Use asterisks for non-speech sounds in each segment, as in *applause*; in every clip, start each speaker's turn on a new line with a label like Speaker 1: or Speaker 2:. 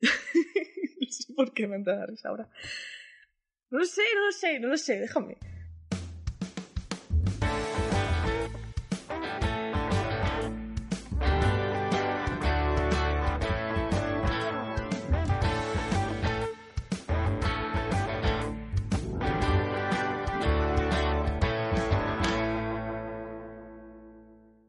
Speaker 1: *laughs* porque me entra la risa ahora. No lo sé, no lo sé, no lo sé, déjame.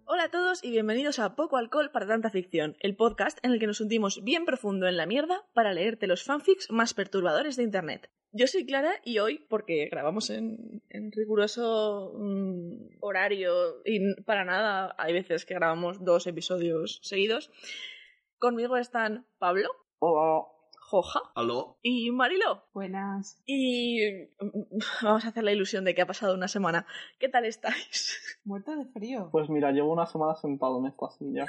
Speaker 1: Hola a todos y bienvenidos a Poco Alcohol para Tanta Ficción, el podcast en el que nos hundimos bien profundo en la mierda para leerte los fanfics más perturbadores de Internet. Yo soy Clara y hoy, porque grabamos en, en riguroso mm, horario y para nada, hay veces que grabamos dos episodios seguidos, conmigo están Pablo,
Speaker 2: Hola.
Speaker 1: Joja
Speaker 2: ¿Aló?
Speaker 1: y Marilo.
Speaker 3: Buenas.
Speaker 1: Y mm, *laughs* vamos a hacer la ilusión de que ha pasado una semana. ¿Qué tal estáis? *laughs*
Speaker 3: Muerta de frío.
Speaker 2: Pues mira, llevo una semana sentado en esta silla.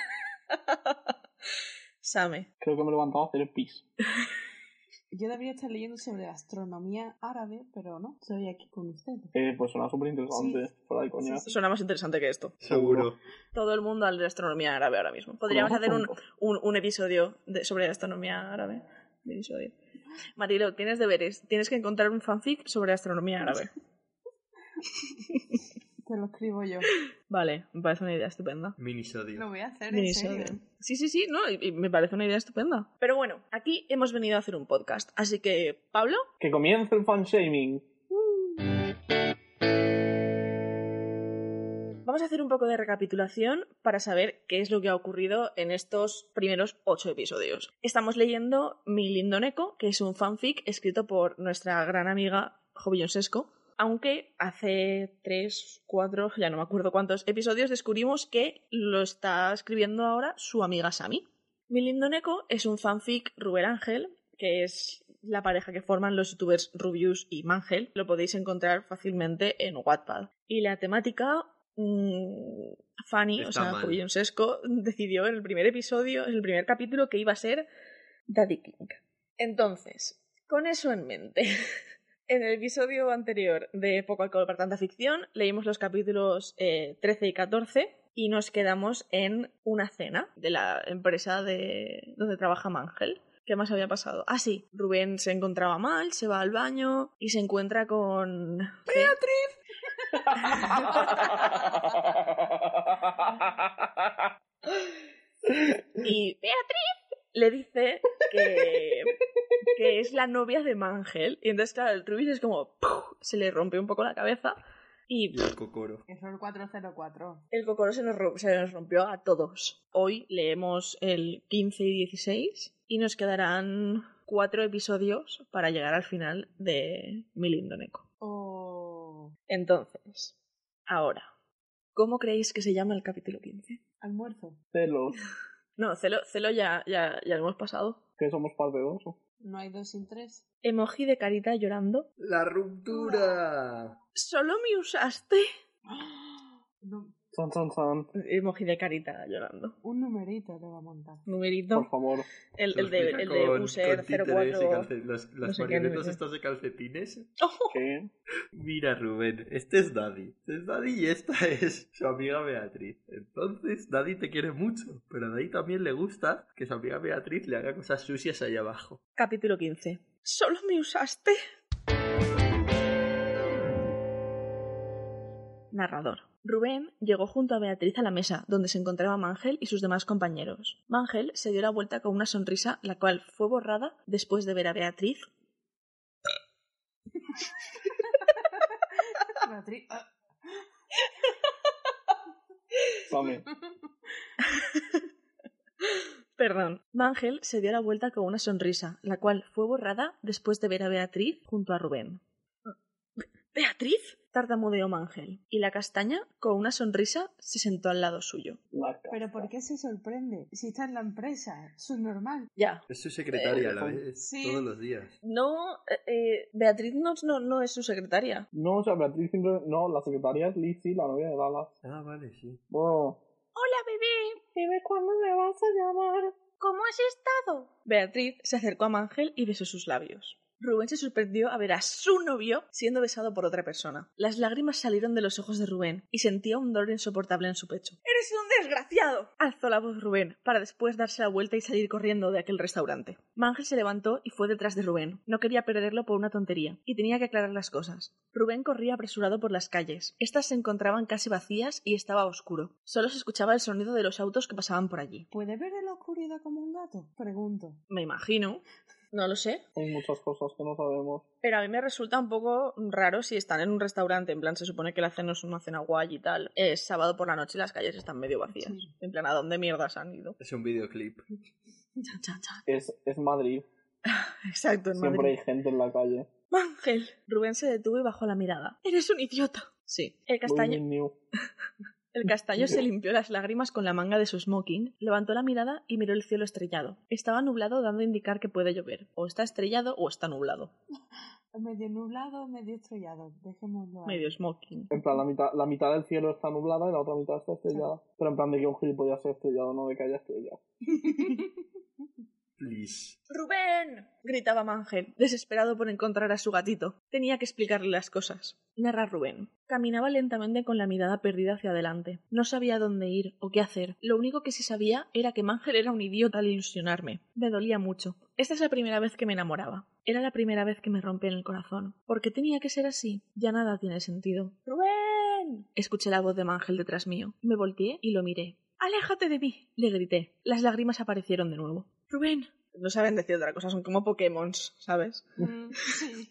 Speaker 1: Same.
Speaker 2: Creo que me he levantado a hacer pis.
Speaker 3: Yo debería estar leyendo sobre astronomía árabe, pero no, estoy aquí con ustedes.
Speaker 2: Eh, pues suena súper interesante, fuera de coña.
Speaker 3: Sí.
Speaker 1: Suena más interesante que esto.
Speaker 2: Seguro.
Speaker 1: todo el mundo al de astronomía árabe ahora mismo. Podríamos hacer un, un- un episodio de- sobre astronomía árabe. Un episodio. Marilo, tienes deberes. Tienes que encontrar un fanfic sobre astronomía árabe.
Speaker 3: Te lo escribo yo.
Speaker 1: Vale, me parece una idea estupenda.
Speaker 4: Minisodio.
Speaker 3: Lo voy a hacer, en
Speaker 1: Minisodio.
Speaker 3: serio.
Speaker 1: Sí, sí, sí, no, y- y me parece una idea estupenda. Pero bueno, aquí hemos venido a hacer un podcast. Así que, Pablo,
Speaker 2: Que comience el fanshaming.
Speaker 1: Vamos a hacer un poco de recapitulación para saber qué es lo que ha ocurrido en estos primeros ocho episodios. Estamos leyendo Mi lindo Neko, que es un fanfic escrito por nuestra gran amiga Jovillon Sesco. Aunque hace tres, cuatro, ya no me acuerdo cuántos episodios descubrimos que lo está escribiendo ahora su amiga Sami. Mi lindo Neko es un fanfic Ruber Ángel, que es la pareja que forman los youtubers Rubius y Mangel. Lo podéis encontrar fácilmente en Wattpad. Y la temática... mm, Fanny, o
Speaker 4: Está
Speaker 1: sea,
Speaker 4: mal.
Speaker 1: Julián Sesco, *laughs* decidió en el primer episodio, en el primer capítulo, que iba a ser Daddy King. Entonces, con eso en mente, en el episodio anterior de Poco Alcohol para Tanta Ficción leímos los capítulos eh, 13 y 14 y nos quedamos en una cena de la empresa de donde trabaja Mangel. ¿Qué más había pasado? Ah, sí, Rubén se encontraba mal, se va al baño y se encuentra con... Y Beatriz le dice que, que es la novia de Mangel. Y entonces, claro, el Rubius es como... ¡puf! Se le rompe un poco la cabeza y...
Speaker 4: Y el cocoro.
Speaker 3: Error 404.
Speaker 1: El cocoro se nos, ro- se nos rompió a todos. Hoy leemos el 15 y 16 y nos quedarán cuatro episodios para llegar al final de Mi lindo Neko.
Speaker 3: O
Speaker 1: Entonces, ahora, ¿cómo creéis que se llama el capítulo 15?
Speaker 3: almuerzo.
Speaker 2: Celos.
Speaker 1: No, celo, celo ya, ya, ya lo hemos pasado.
Speaker 2: Que somos par de dos.
Speaker 3: No hay dos sin tres.
Speaker 1: Emoji de carita llorando.
Speaker 4: ¡La ruptura!
Speaker 1: ¿Solo me usaste?
Speaker 3: ¡Ah! No,
Speaker 2: San, san, san.
Speaker 1: Emoji de carita llorando.
Speaker 3: un numerito le va
Speaker 2: *laughs*
Speaker 3: a montar.
Speaker 2: Por
Speaker 1: Numerito.
Speaker 2: favor.
Speaker 1: El,
Speaker 4: Oh, Se lo
Speaker 1: el de,
Speaker 4: explica
Speaker 1: el de
Speaker 4: con-
Speaker 1: User
Speaker 4: con títeres
Speaker 1: 04. *laughs*
Speaker 4: y calce- Las, las
Speaker 1: no sé qué, no
Speaker 4: marionetas
Speaker 1: sé.
Speaker 4: estas de calcetines.
Speaker 1: Oh,
Speaker 2: Que
Speaker 4: Mira, Rubén, este es Daddy. Este es Daddy y esta *laughs* es su amiga Beatriz. Entonces, Daddy te quiere mucho, pero a Daddy también le gusta que su amiga Beatriz le haga cosas sucias allá abajo.
Speaker 1: Capítulo 15. ¿Solo me usaste? Narrador. Rubén llegó junto a Beatriz a la mesa, donde se encontraba Mangel y sus demás compañeros. Mangel se dio la vuelta con una sonrisa, la cual fue borrada después de ver a Beatriz.
Speaker 3: Beatriz, ah,
Speaker 2: Same.
Speaker 1: Perdón. Mangel se dio la vuelta con una sonrisa, la cual fue borrada después de ver a Beatriz junto a Rubén. ¿Beatriz? tartamudeó Mangel, y la castaña, con una sonrisa, se sentó al lado suyo.
Speaker 2: La ca-
Speaker 3: pero ¿por qué se sorprende? Si está en la empresa, eso es normal.
Speaker 1: Ya,
Speaker 4: Es su secretaria,
Speaker 2: Eh,
Speaker 4: la ves
Speaker 3: sí.
Speaker 4: todos los días.
Speaker 1: No, eh, eh, Beatriz no, no, no es su secretaria.
Speaker 2: No, o sea, Beatriz siempre... No, la secretaria es Lizzie, la novia de Dallas.
Speaker 4: Ah, vale, sí.
Speaker 2: Bueno,
Speaker 1: Hola, bebé.
Speaker 2: dime cuándo me vas a llamar.
Speaker 1: ¿Cómo has estado? Beatriz se acercó a Mangel y besó sus labios. Rubén se sorprendió a ver a su novio siendo besado por otra persona. Las lágrimas salieron de los ojos de Rubén y sentía un dolor insoportable en su pecho. ¡Eres un desgraciado! Alzó la voz Rubén, para después darse la vuelta y salir corriendo de aquel restaurante. Mangel se levantó y fue detrás de Rubén. No quería perderlo por una tontería, y tenía que aclarar las cosas. Rubén corría apresurado por las calles. Estas se encontraban casi vacías y estaba oscuro. Solo se escuchaba el sonido de los autos que pasaban por allí.
Speaker 3: ¿Puede ver en la oscuridad como un gato? Pregunto.
Speaker 1: Me imagino. No lo sé.
Speaker 2: Hay muchas cosas que no sabemos.
Speaker 1: Pero a mí me resulta un poco raro si están en un restaurante, en plan se supone que la cena es una cena guay y tal. Es sábado por la noche y las calles están medio vacías.
Speaker 3: Sí.
Speaker 1: En plan, ¿a dónde mierdas han ido?
Speaker 4: Es un videoclip.
Speaker 1: *laughs* Chan, chan, chan.
Speaker 2: Es, es Madrid.
Speaker 1: Exacto, en
Speaker 2: Siempre
Speaker 1: Madrid.
Speaker 2: hay gente en la calle.
Speaker 1: Ángel. Rubén se detuvo y bajó la mirada. Eres un idiota. Sí. El castaño,
Speaker 2: Bohemian New.
Speaker 1: el castaño se limpió las lágrimas con la manga de su smoking, levantó la mirada y miró el cielo estrellado. Estaba nublado dando a indicar que puede llover. O está estrellado o está nublado.
Speaker 3: Medio nublado, medio estrellado. Dejémoslo ahí.
Speaker 1: Medio smoking.
Speaker 2: En plan, la mitad, la mitad del cielo está nublada y la otra mitad está estrellada. Pero en plan de que un gilipollas sea estrellado, no de que haya estrellado. *laughs*
Speaker 4: Please.
Speaker 1: ¡Rubén! gritaba Mangel, desesperado por encontrar a su gatito. Tenía que explicarle las cosas. Narra Rubén. Caminaba lentamente con la mirada perdida hacia adelante. No sabía dónde ir o qué hacer. Lo único que sí sabía era que Mangel era un idiota al ilusionarme. Me dolía mucho. Esta es la primera vez que me enamoraba. Era la primera vez que me rompía el corazón. Porque tenía que ser así. Ya nada tiene sentido. ¡Rubén! Escuché la voz de Mangel detrás mío. Me volteé y lo miré. ¡Aléjate de mí! le grité. Las lágrimas aparecieron de nuevo. ¡Rubén! no saben decir otra cosa, son como Pokémon, ¿sabes?
Speaker 3: Mm, sí.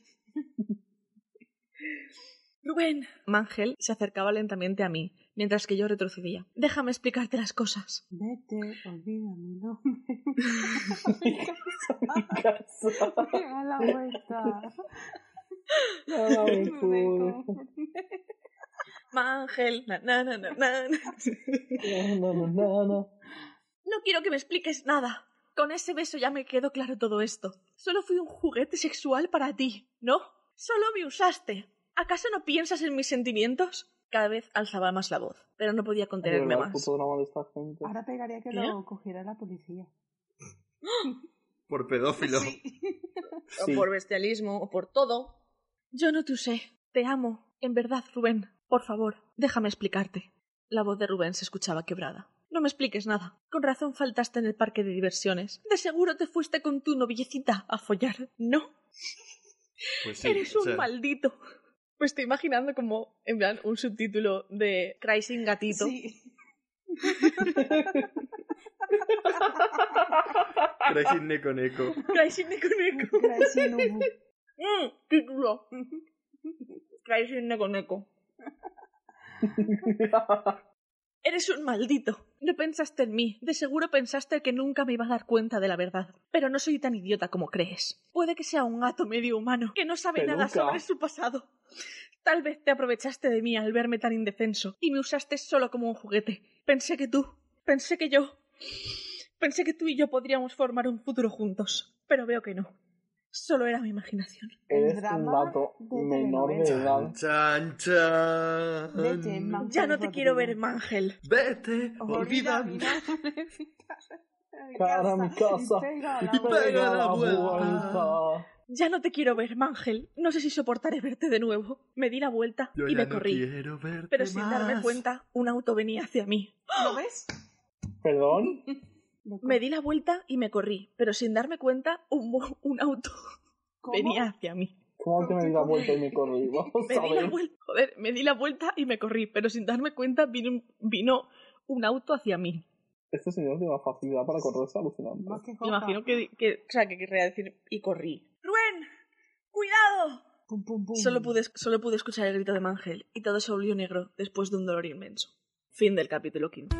Speaker 1: Rubén. Mangel se acercaba lentamente a mí, mientras que yo retrocedía. Déjame explicarte las cosas.
Speaker 3: Vete, olvida mi nombre.
Speaker 2: *laughs*
Speaker 3: A la vuelta. Me
Speaker 2: no,
Speaker 3: dejo.
Speaker 1: Mangel, na, na, na, na, na.
Speaker 2: no, no, no.
Speaker 1: no quiero que me expliques nada. Con ese beso ya me quedó claro todo esto. Solo fui un juguete sexual para ti, ¿no? Solo me usaste. ¿Acaso no piensas en mis sentimientos? Cada vez alzaba más la voz, pero no podía
Speaker 2: Pero
Speaker 1: contenerme
Speaker 2: el
Speaker 1: más.
Speaker 2: puto drama de esta gente.
Speaker 3: Ahora pegaría que
Speaker 1: ¿Qué?
Speaker 3: lo cogiera la policía.
Speaker 4: Por pedófilo.
Speaker 1: o
Speaker 2: Sí.
Speaker 1: por bestialismo, o por todo. Yo no te usé. Te amo. En verdad, Rubén. Por favor, déjame explicarte. La voz de Rubén se escuchaba quebrada. No me expliques nada. Con razón faltaste en el parque de diversiones. De seguro te fuiste con tu noviecita a follar. ¿No?
Speaker 4: Pues sí,
Speaker 1: Eres
Speaker 4: o
Speaker 1: un
Speaker 4: sea,
Speaker 1: maldito. Me estoy imaginando como, en plan, un subtítulo de Cry sin gatito.
Speaker 3: Sí.
Speaker 4: Crazy Neko Neko.
Speaker 1: Cry sin Neko *laughs* Neko.
Speaker 3: Gracias, Nubu.
Speaker 1: Mm, título. Cry sin Neko Neko. Eres un maldito. No pensaste en mí. De seguro pensaste que nunca me iba a dar cuenta de la verdad. Pero no soy tan idiota como crees. Puede que sea un gato medio humano que no sabe nada
Speaker 2: Peluca.
Speaker 1: sobre su pasado. Tal vez te aprovechaste de mí al verme tan indefenso y me usaste solo como un juguete. Pensé que tú, pensé que yo, pensé que tú y yo podríamos formar un futuro juntos. Pero veo que no. Solo era mi imaginación.
Speaker 2: Eres un
Speaker 3: drama
Speaker 2: gato
Speaker 3: de
Speaker 2: menor de edad.
Speaker 4: Chan, chan, chan.
Speaker 3: Vete, man.
Speaker 1: Ya no te quiero ver, Mangel.
Speaker 4: Vete, olvida.
Speaker 3: mi nombre.
Speaker 2: Cara a mi casa.
Speaker 3: Pega la
Speaker 4: Y
Speaker 3: vuelta.
Speaker 4: pega la vuelta.
Speaker 1: Ya no te quiero ver, Mangel. No sé si soportaré verte de nuevo. Me di la vuelta
Speaker 4: Yo
Speaker 1: y
Speaker 4: ya
Speaker 1: me
Speaker 4: no
Speaker 1: corrí.
Speaker 4: quiero verte
Speaker 1: Pero sin darme
Speaker 4: más.
Speaker 1: cuenta, un auto venía hacia mí.
Speaker 3: ¿Lo ves?
Speaker 2: ¿Perdón?
Speaker 3: Lo co-
Speaker 1: Me di la vuelta y me corrí, pero sin darme cuenta, un, mo- un auto *laughs*
Speaker 3: ¿Cómo?
Speaker 1: venía hacia mí.
Speaker 2: ¿Cómo que me di la vuelta y me corrí? Vamos
Speaker 1: Me
Speaker 2: a
Speaker 1: di, la
Speaker 2: ver.
Speaker 1: vuelta, joder, me di la vuelta y me corrí, pero sin darme cuenta vino un, vino un auto hacia mí.
Speaker 2: Este señor tiene una facilidad para correr es alucinante.
Speaker 3: Más que
Speaker 1: Me
Speaker 3: Jota.
Speaker 1: imagino que, que- o sea, que querría decir y corrí. ¡Rubén! ¡Cuidado!
Speaker 3: Pum, pum, pum.
Speaker 1: Solo pude, solo pude escuchar el grito de Mangel y todo se volvió negro después de un dolor inmenso. Fin del capítulo 15.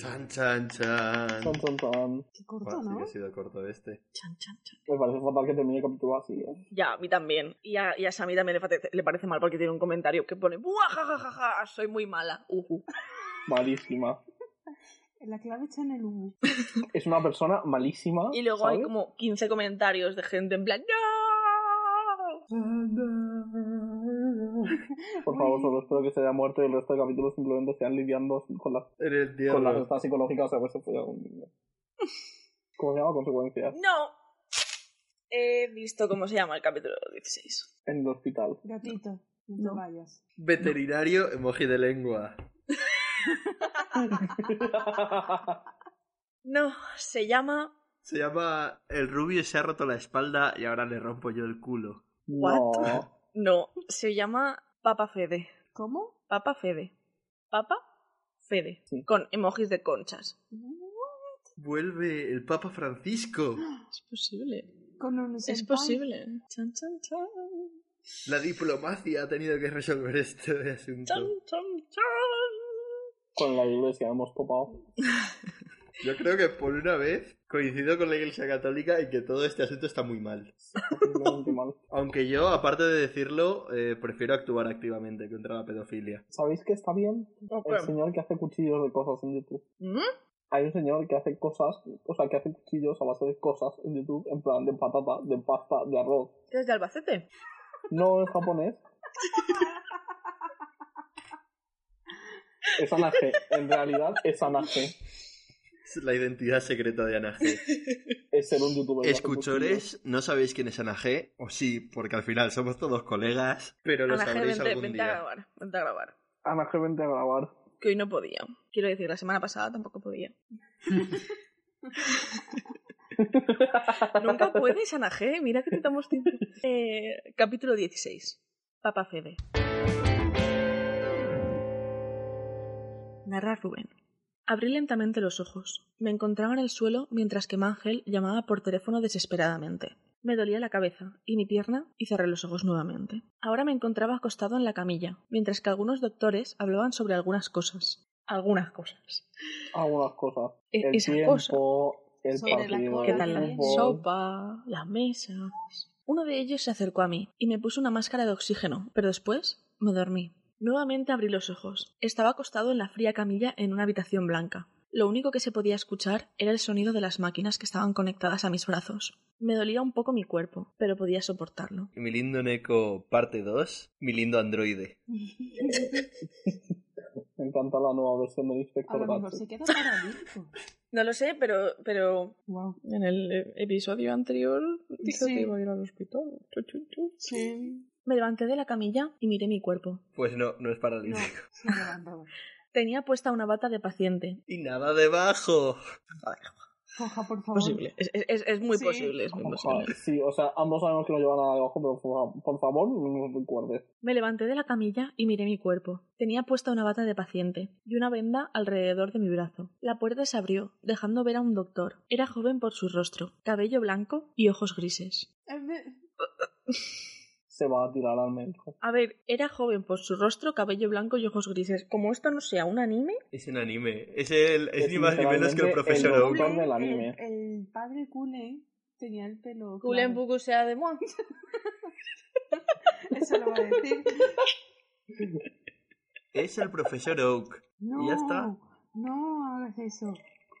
Speaker 4: Chan, chan, chan.
Speaker 2: Tan, tan, tan.
Speaker 3: Qué corto,
Speaker 4: Buah, sí que
Speaker 3: ¿no?
Speaker 4: ha sido corto este.
Speaker 1: Chan, chan, chan.
Speaker 2: Me parece fatal que termine el capítulo así, ¿eh?
Speaker 1: Ya, a mí también. Y a, y a Sammy también le parece, le parece mal porque tiene un comentario que pone ¡Buah, ja, ja, ja, ja! Soy muy mala. Ujú.
Speaker 2: Malísima.
Speaker 3: La clave está en el U.
Speaker 2: Es una persona malísima.
Speaker 1: Y luego hay
Speaker 2: ¿sabes?
Speaker 1: como 15 comentarios de gente en plan ¡No!
Speaker 2: Por favor, solo espero que se haya muerto y el resto de capítulos simplemente sean lidiando con las,
Speaker 4: Eres el
Speaker 2: con las
Speaker 1: *laughs*
Speaker 4: diablo.
Speaker 2: estas psicológicas a ver si fue algún niño. ¿Cómo se llama? Consecuencias.
Speaker 1: No. He visto cómo se llama el capítulo 16.
Speaker 2: En
Speaker 1: *laughs*
Speaker 2: el hospital.
Speaker 3: Gatito, no,
Speaker 1: No.
Speaker 3: te vayas.
Speaker 4: Veterinario, emoji de lengua.
Speaker 1: No, se llama...
Speaker 4: Se llama El rubio se ha roto la espalda y ahora le rompo yo el culo.
Speaker 2: no.
Speaker 1: No, se llama Papa Fede.
Speaker 3: ¿Cómo?
Speaker 1: Papa Fede. Papa Fede.
Speaker 2: Sí.
Speaker 1: Con emojis de conchas.
Speaker 4: Vuelve el Papa Francisco.
Speaker 1: Es posible.
Speaker 3: Con un
Speaker 1: Es
Speaker 3: *laughs*
Speaker 1: posible. Pues Chan, chan, chan.
Speaker 4: La diplomacia ha tenido que resolver este asunto.
Speaker 1: Chan, chan, chan.
Speaker 2: Con la iglesia hemos topado.
Speaker 4: Yo creo que por una vez coincido con la Iglesia Católica en que todo este asunto está muy mal.
Speaker 2: Horriblemente mal.
Speaker 4: Aunque yo, aparte de decirlo, eh, prefiero actuar activamente contra la pedofilia.
Speaker 2: ¿Sabéis que está bien?
Speaker 4: Pues
Speaker 2: El señor que hace cuchillos de cosas en YouTube.
Speaker 1: ¿Mm?
Speaker 2: Hay un señor que hace cosas, o sea, que hace cuchillos a base de cosas en YouTube, en plan de patata, de pasta, de arroz.
Speaker 1: ¿Desde Albacete?
Speaker 2: No en japonés. Es Anage, en realidad es Anage.
Speaker 4: Es la identidad secreta de Ana *laughs* G.
Speaker 2: Es ser un youtuber. que hace cuchillos.
Speaker 4: Escuchores, no sabéis quién es Ana G, o sí, porque al final somos todos colegas, pero lo
Speaker 1: Ana G,
Speaker 4: sabréis
Speaker 1: vente,
Speaker 4: algún
Speaker 1: vente a
Speaker 4: día.
Speaker 1: grabar. Vente a grabar.
Speaker 2: Anage, vente a grabar.
Speaker 1: Que hoy no podía. Quiero decir, la semana pasada tampoco podía. Nunca
Speaker 2: *laughs*
Speaker 1: puedes, Ana G. Mira que te damos tiempo. *laughs* Eh, capítulo 16. Papa Fede. Narrar Rubén. Abrí lentamente los ojos. Me encontraba en el suelo mientras que Mangel llamaba por teléfono desesperadamente. Me dolía la cabeza y mi pierna y cerré los ojos nuevamente. Ahora me encontraba acostado en la camilla, mientras que algunos doctores hablaban sobre algunas cosas. Algunas cosas.
Speaker 2: Algunas cosas.
Speaker 1: E-
Speaker 2: El
Speaker 1: esa
Speaker 2: tiempo,
Speaker 1: cosa.
Speaker 2: el
Speaker 3: Sobre la
Speaker 2: partido,
Speaker 3: cola
Speaker 1: ¿Qué
Speaker 2: el
Speaker 1: tal la
Speaker 3: también.
Speaker 2: fútbol.
Speaker 1: sopa? Las mesas. Uno de ellos se acercó a mí y me puso una máscara de oxígeno, pero después me dormí. Nuevamente abrí los ojos. Estaba acostado en la fría camilla en una habitación blanca. Lo único que se podía escuchar era el sonido de las máquinas que estaban conectadas a mis brazos. Me dolía un poco mi cuerpo, pero podía soportarlo.
Speaker 4: Mi lindo Neko, parte 2, mi lindo androide.
Speaker 2: Me encanta la nueva versión del
Speaker 3: A
Speaker 2: Inspector
Speaker 3: lo mejor
Speaker 2: Gadget.
Speaker 3: se queda paralítico.
Speaker 1: No lo sé, pero, pero
Speaker 3: Wow.
Speaker 1: en el episodio anterior
Speaker 3: dijo que iba
Speaker 1: a ir al hospital.
Speaker 3: Sí.
Speaker 1: Me levanté de la camilla y miré mi cuerpo.
Speaker 4: Pues no, no es
Speaker 3: No,
Speaker 4: paralítico.
Speaker 3: se levantaba.
Speaker 1: Tenía puesta una bata de paciente,
Speaker 4: Y nada debajo.
Speaker 3: Foja, por favor.
Speaker 1: posible. Es, es- es muy
Speaker 3: Sí.
Speaker 1: posible, es muy
Speaker 2: Ojalá.
Speaker 1: posible.
Speaker 2: Sí, o sea, ambos sabemos que no lleva nada debajo, pero por, por favor, no nos recuerdes.
Speaker 1: Me levanté de la camilla y miré mi cuerpo. Tenía puesta una bata de paciente y una venda alrededor de mi brazo. La puerta se abrió, dejando ver a un doctor. Era joven por su rostro, cabello blanco y ojos grises.
Speaker 3: En vez-
Speaker 2: Se va a tirar al *laughs* médico.
Speaker 1: A ver, era joven por su rostro, cabello blanco y ojos grises. Como esto no sea un anime,
Speaker 4: Es un anime. Es, el, es
Speaker 2: Es
Speaker 4: ni más ni menos que el
Speaker 2: literalmente
Speaker 4: profesor
Speaker 2: el
Speaker 4: Oak.
Speaker 2: doctor del anime.
Speaker 3: El, el padre Cullen tenía el pelo.
Speaker 1: Kulen
Speaker 3: claro.
Speaker 1: Buku sea de moi.
Speaker 3: Eso lo va a decir.
Speaker 4: Es el profesor Oak.
Speaker 3: No,
Speaker 4: ya está.
Speaker 3: No hagas eso.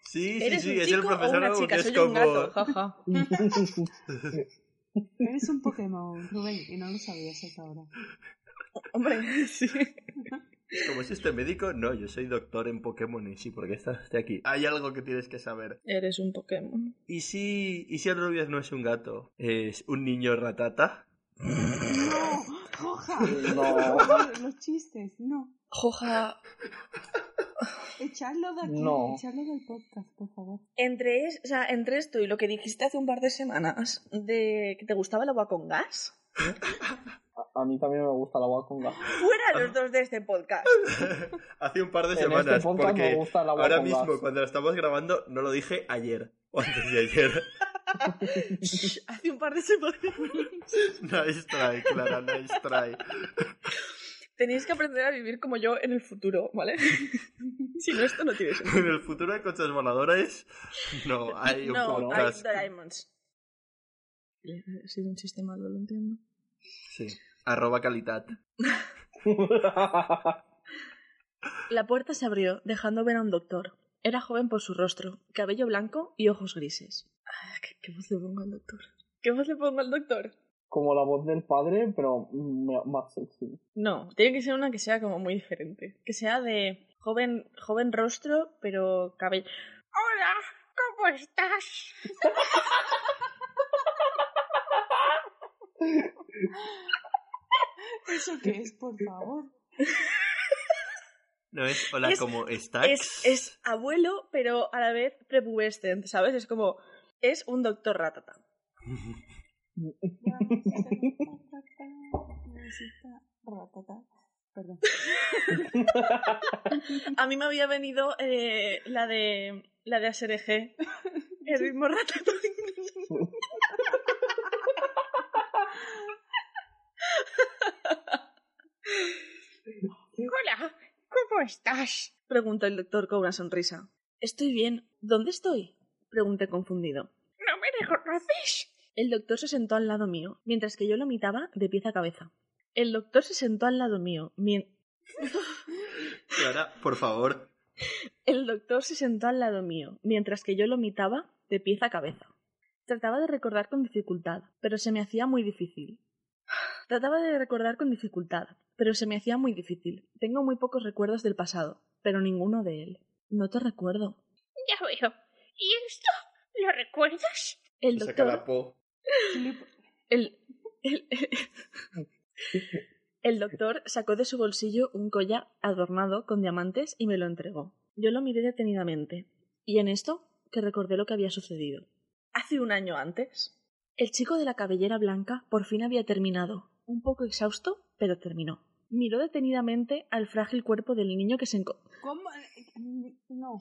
Speaker 4: Sí, sí,
Speaker 1: ¿Eres
Speaker 4: sí,
Speaker 1: un
Speaker 4: es el
Speaker 1: chico o
Speaker 4: profesor
Speaker 1: una
Speaker 4: Oak.
Speaker 1: chica?
Speaker 4: es
Speaker 1: Soy
Speaker 4: como...
Speaker 1: un gato, jaja.
Speaker 3: Eres un Pokémon, Rubén, y no lo sabías hasta ahora.
Speaker 1: *laughs* Hombre, sí.
Speaker 4: Como es este médico, no, yo soy doctor en Pokémon y sí, porque estás de aquí. Hay algo que tienes que saber.
Speaker 1: Eres un Pokémon.
Speaker 4: ¿Y si, y si el Rubius no es un gato? ¿Es un niño ratata? *laughs*
Speaker 3: ¡No! ¡Coja!
Speaker 2: No,
Speaker 3: Los chistes, no.
Speaker 1: Joja,
Speaker 3: Echadlo de aquí,
Speaker 2: No.
Speaker 3: echadlo del podcast, por favor.
Speaker 1: Entre, es- o sea, entre esto y lo que dijiste hace un par de semanas de que te gustaba el agua con gas,
Speaker 2: a mí también me gusta el agua con gas.
Speaker 1: fuera los dos de este podcast.
Speaker 4: Hace un par de
Speaker 2: En este
Speaker 4: semanas,
Speaker 2: podcast me
Speaker 4: porque
Speaker 2: gusta el agua
Speaker 4: ahora
Speaker 2: con
Speaker 4: mismo,
Speaker 2: gas.
Speaker 4: cuando lo estamos grabando, no lo dije ayer. *laughs* O antes de ayer. *laughs*
Speaker 1: Shh, hace un par de semanas.
Speaker 4: Nice try, Clara, nice try.
Speaker 1: Tenéis que aprender a vivir como yo en el futuro, ¿vale? si no, esto no tiene sentido.
Speaker 4: En el futuro hay coches voladores. No, hay un
Speaker 1: No, hay
Speaker 4: podcast.
Speaker 1: Doraemons. Ha sido un sistema, no lo entiendo.
Speaker 4: Sí. Arroba calidad.
Speaker 1: La puerta se abrió, dejando ver a un doctor. Era joven por su rostro, cabello blanco y ojos grises. Ah, ¿Qué, qué voz le pongo al doctor? ¿Qué voz le pongo al doctor?
Speaker 2: *laughs* Como la voz del padre, pero me- más sexy.
Speaker 1: No, tiene que ser una que sea como muy diferente. Que sea de joven, joven rostro, pero cabello. ¡Hola!
Speaker 5: ¿cómo estás?
Speaker 3: ¿Eso qué es, por favor?
Speaker 4: No es hola
Speaker 1: Es-
Speaker 4: como estás.
Speaker 1: Es, es abuelo, pero a la vez prepubescente, ¿sabes? Es como. Es un doctor ratata.
Speaker 3: Vamos a hacer ratata, necesita ratata. Perdón.
Speaker 1: A mí me había venido eh, la de. La de ASRG.
Speaker 5: *laughs*
Speaker 1: El ritmo ratata.
Speaker 5: Hola, ¿cómo estás?
Speaker 1: Preguntó el doctor con una sonrisa. Estoy bien. ¿Dónde estoy? Pregunté confundido.
Speaker 5: ¿No me reconoces?
Speaker 1: El doctor se sentó al lado mío, mientras que yo lo imitaba de pieza a cabeza. El doctor se sentó al lado mío, mien-
Speaker 4: *laughs* Clara, por favor.
Speaker 1: El doctor se sentó al lado mío, mientras que yo lo imitaba de pieza a cabeza. Trataba de recordar con dificultad, pero se me hacía muy difícil. Trataba de recordar con dificultad, pero se me hacía muy difícil. Tengo muy pocos recuerdos del pasado, pero ninguno de él. No te recuerdo.
Speaker 5: Ya veo. ¿Y esto? ¿Lo recuerdas?
Speaker 1: El
Speaker 4: Saca la
Speaker 1: doctor...
Speaker 4: po.
Speaker 3: Flip.
Speaker 1: El, el- El doctor sacó de su bolsillo un collar adornado con diamantes y me lo entregó. Yo lo miré detenidamente, y en esto que recordé lo que había sucedido. Hace un año antes, el chico de la cabellera blanca por fin había terminado, un poco exhausto, pero terminó. Miró detenidamente al frágil cuerpo del niño que se encontraba.
Speaker 3: ¿Cómo? No.
Speaker 2: No.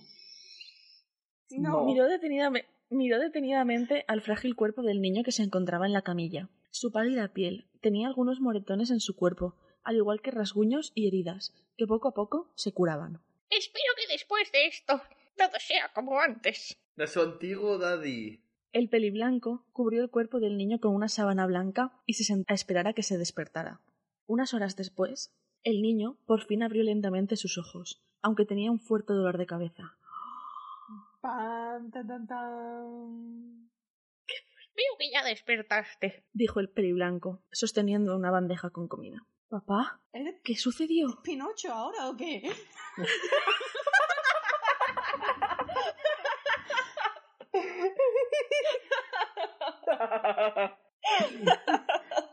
Speaker 3: No.
Speaker 1: Miró, detenidame- miró detenidamente al frágil cuerpo del niño que se encontraba en la camilla. Su pálida piel tenía algunos moretones en su cuerpo, al igual que rasguños y heridas, que poco a poco se curaban.
Speaker 5: Espero que después de esto todo sea como antes.
Speaker 4: De su antiguo daddy.
Speaker 1: El peliblanco cubrió el cuerpo del niño con una sábana blanca y se sentó a esperar a que se despertara. Unas horas después, el niño por fin abrió lentamente sus ojos, aunque tenía un fuerte dolor de cabeza.
Speaker 3: Pan, tan, tan, tan.
Speaker 5: Veo que ya despertaste.
Speaker 1: Dijo el peliblanco, sosteniendo una bandeja con comida. Papá,
Speaker 3: ¿Eres
Speaker 1: ¿qué sucedió?
Speaker 3: Pinocho ahora o qué?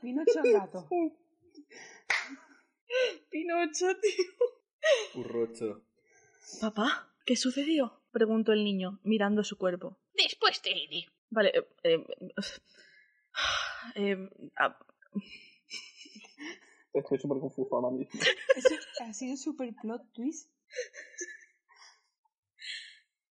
Speaker 3: Pinocho el gato.
Speaker 1: Pinocho,
Speaker 4: Currocho.
Speaker 1: Papá, ¿qué sucedió? preguntó el niño, mirando su cuerpo.
Speaker 5: Después te iré.
Speaker 1: Vale, eh, eh, *sighs* eh, ah,
Speaker 2: Estoy súper confuso ahora mismo.
Speaker 3: Eso ha sido super plot twist.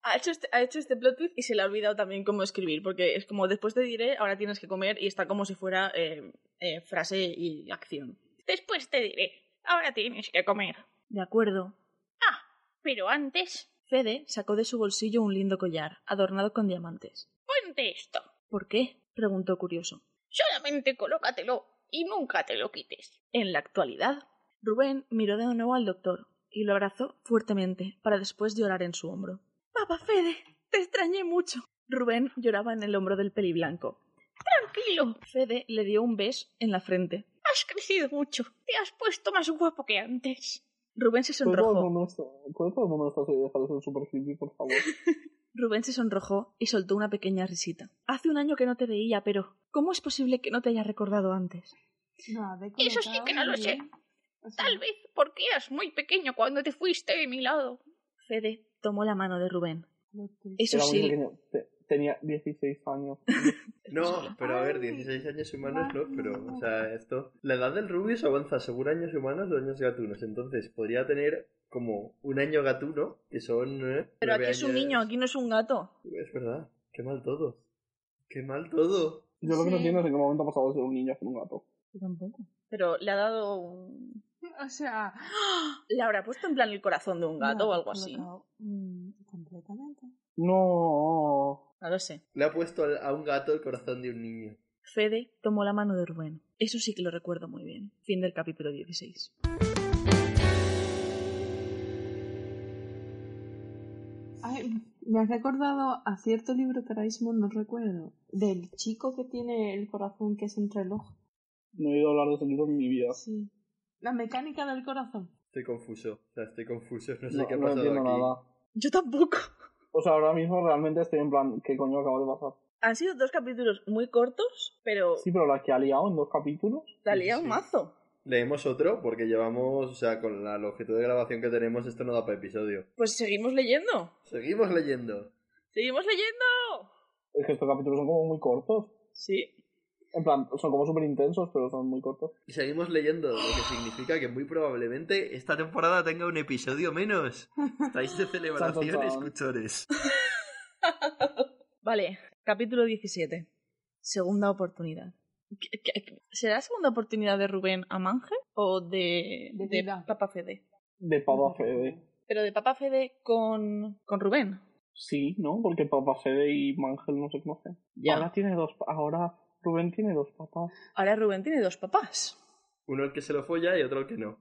Speaker 1: ha, hecho este, ha hecho este plot twist y se le ha olvidado también cómo escribir, porque es como después te diré, ahora tienes que comer y está como si fuera eh, eh, frase y acción.
Speaker 5: Después te diré. Ahora tienes que comer.
Speaker 1: De acuerdo.
Speaker 5: Ah, pero antes,
Speaker 1: Fede sacó de su bolsillo un lindo collar, adornado con diamantes.
Speaker 5: ponte esto.
Speaker 1: ¿Por qué? preguntó curioso.
Speaker 5: Solamente colócatelo y nunca te lo quites.
Speaker 1: En la actualidad, Rubén miró de nuevo al doctor y lo abrazó fuertemente para después llorar en su hombro. Papá Fede, te extrañé mucho. Rubén lloraba en el hombro del peliblanco.
Speaker 5: Tranquilo,
Speaker 1: Fede le dio un beso en la frente.
Speaker 5: has crecido mucho. Te has puesto más guapo que antes.
Speaker 1: Rubén
Speaker 3: Pues
Speaker 1: se
Speaker 2: ¿Puede todo el
Speaker 1: sonrojó.
Speaker 2: mundo estar- puede todo el mundo estar así, dejar de ser súper creepy, por favor?
Speaker 1: Rubén se sonrojó y soltó una pequeña risita. Hace un año que no te veía, pero ¿cómo es posible que no te haya recordado antes?
Speaker 3: No, de
Speaker 5: Eso sí que no lo sé. Tal vez porque eras muy pequeño cuando te fuiste de mi lado.
Speaker 1: Fede tomó la mano de Rubén. Eso
Speaker 2: Era muy
Speaker 1: sí,
Speaker 2: pequeño. Te- Tenía 16 años.
Speaker 4: No, pero a ver,
Speaker 3: Ay.
Speaker 4: 16 años humanos no, pero, o sea, esto. La edad del Rubius avanza según años humanos o años gatunos. Entonces, podría tener como un año gatuno, que son. eh,
Speaker 1: pero aquí
Speaker 4: nueve
Speaker 1: es un
Speaker 4: años.
Speaker 1: niño, aquí no es un gato.
Speaker 4: Es verdad. Qué mal todo. Qué mal todo.
Speaker 2: Yo lo que no
Speaker 3: Sí.
Speaker 2: entiendo es en qué momento ha pasado de ser un niño a ser un gato.
Speaker 1: tampoco. Pero le ha dado un...
Speaker 3: O sea,
Speaker 1: Le habrá puesto en plan el corazón de un gato
Speaker 3: no,
Speaker 1: o algo
Speaker 3: me he
Speaker 1: así.
Speaker 3: equivocado, mm, completamente.
Speaker 2: No.
Speaker 1: No lo sé.
Speaker 4: Le ha puesto al- a un gato el corazón de un niño.
Speaker 1: Fede tomó la mano de Rubén. Eso sí que lo recuerdo muy bien. Fin del capítulo 16.
Speaker 3: Ay, me has recordado a cierto libro que ahora mismo no recuerdo. Del chico que tiene el corazón que es un reloj.
Speaker 2: No he oído hablar de ese libro en mi vida.
Speaker 3: Sí. La mecánica del corazón.
Speaker 4: Estoy confuso. O sea, estoy confuso. No sé
Speaker 2: No,
Speaker 4: qué ha
Speaker 2: no
Speaker 4: pasado
Speaker 2: entiendo
Speaker 4: aquí.
Speaker 2: nada.
Speaker 1: Yo tampoco.
Speaker 2: O sea, ahora mismo realmente estoy en plan, ¿qué coño acaba de pasar?
Speaker 1: Han sido dos capítulos muy cortos, pero
Speaker 2: Sí, pero la que ha liado en dos capítulos.
Speaker 1: la lía
Speaker 4: sí.
Speaker 1: un mazo.
Speaker 4: Leemos otro porque llevamos, o sea, con la longitud de grabación que tenemos, esto no da para episodio.
Speaker 1: Pues seguimos leyendo.
Speaker 4: Seguimos leyendo.
Speaker 1: Seguimos leyendo.
Speaker 2: Es que estos capítulos son como muy cortos.
Speaker 1: Sí.
Speaker 2: En plan, son como súper intensos, pero son muy cortos.
Speaker 4: Y seguimos leyendo, lo que significa que muy probablemente esta temporada tenga un episodio menos. Estáis de celebración,
Speaker 2: Chan, chan, chan.
Speaker 4: escuchores.
Speaker 1: Vale, capítulo 17. Segunda oportunidad. ¿Qué- qué- qué- ¿Será segunda oportunidad de Rubén a Manje o de,
Speaker 3: De
Speaker 1: de
Speaker 3: vida.
Speaker 1: Papa Fede?
Speaker 2: De Papa Fede.
Speaker 1: Pero de Papa Fede con, con Rubén.
Speaker 2: Sí, ¿no? Porque Papa Fede y Mangel no se conocen.
Speaker 1: Ya.
Speaker 2: Ahora tiene dos. Ahora Rubén tiene dos papás.
Speaker 1: Ahora Rubén tiene dos papás.
Speaker 4: Uno el que se lo folla y otro el que no.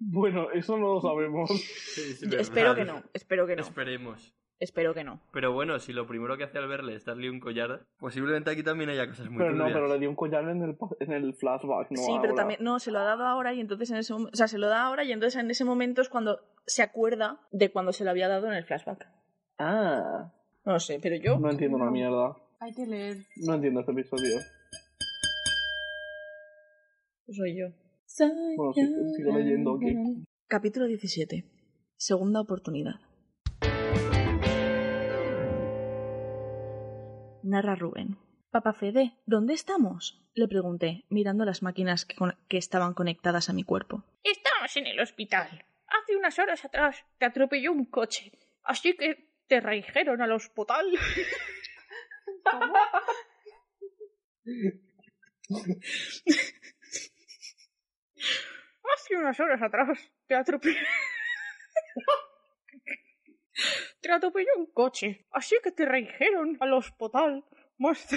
Speaker 2: Bueno, eso no lo sabemos.
Speaker 4: Es
Speaker 1: Yo
Speaker 4: verdad.
Speaker 1: espero que no, espero que no,
Speaker 4: Esperemos.
Speaker 1: espero que no.
Speaker 4: Pero bueno, si lo primero que hace al verle es darle un collar, posiblemente aquí también haya cosas
Speaker 2: *laughs*
Speaker 4: muy
Speaker 2: pero no,
Speaker 4: turbias.
Speaker 2: pero le dio un collar en el, pa- en el flashback, ¿no?
Speaker 1: sí, pero
Speaker 2: ahora.
Speaker 1: también, no, se lo ha dado ahora y entonces en ese momento, o sea, se lo da ahora y entonces en ese momento es cuando se acuerda de cuando se lo había dado en el flashback.
Speaker 2: Ah.
Speaker 1: No sé, pero yo...
Speaker 2: No entiendo una mierda.
Speaker 3: Hay que leer.
Speaker 2: No entiendo este episodio.
Speaker 1: Soy yo.
Speaker 2: Bueno, sí, sigo leyendo que
Speaker 1: Capítulo 17. Segunda oportunidad. Narra Rubén. Papá Fede, ¿dónde estamos? Le pregunté, mirando las máquinas que, con- que estaban conectadas a mi cuerpo.
Speaker 5: Estabas en el hospital. Hace unas horas atrás te atropelló un coche. Así que te reigieron al hospital. Hace unas horas atrás te atropelló. Te atropelló un coche, así que te reigieron al hospital. Más,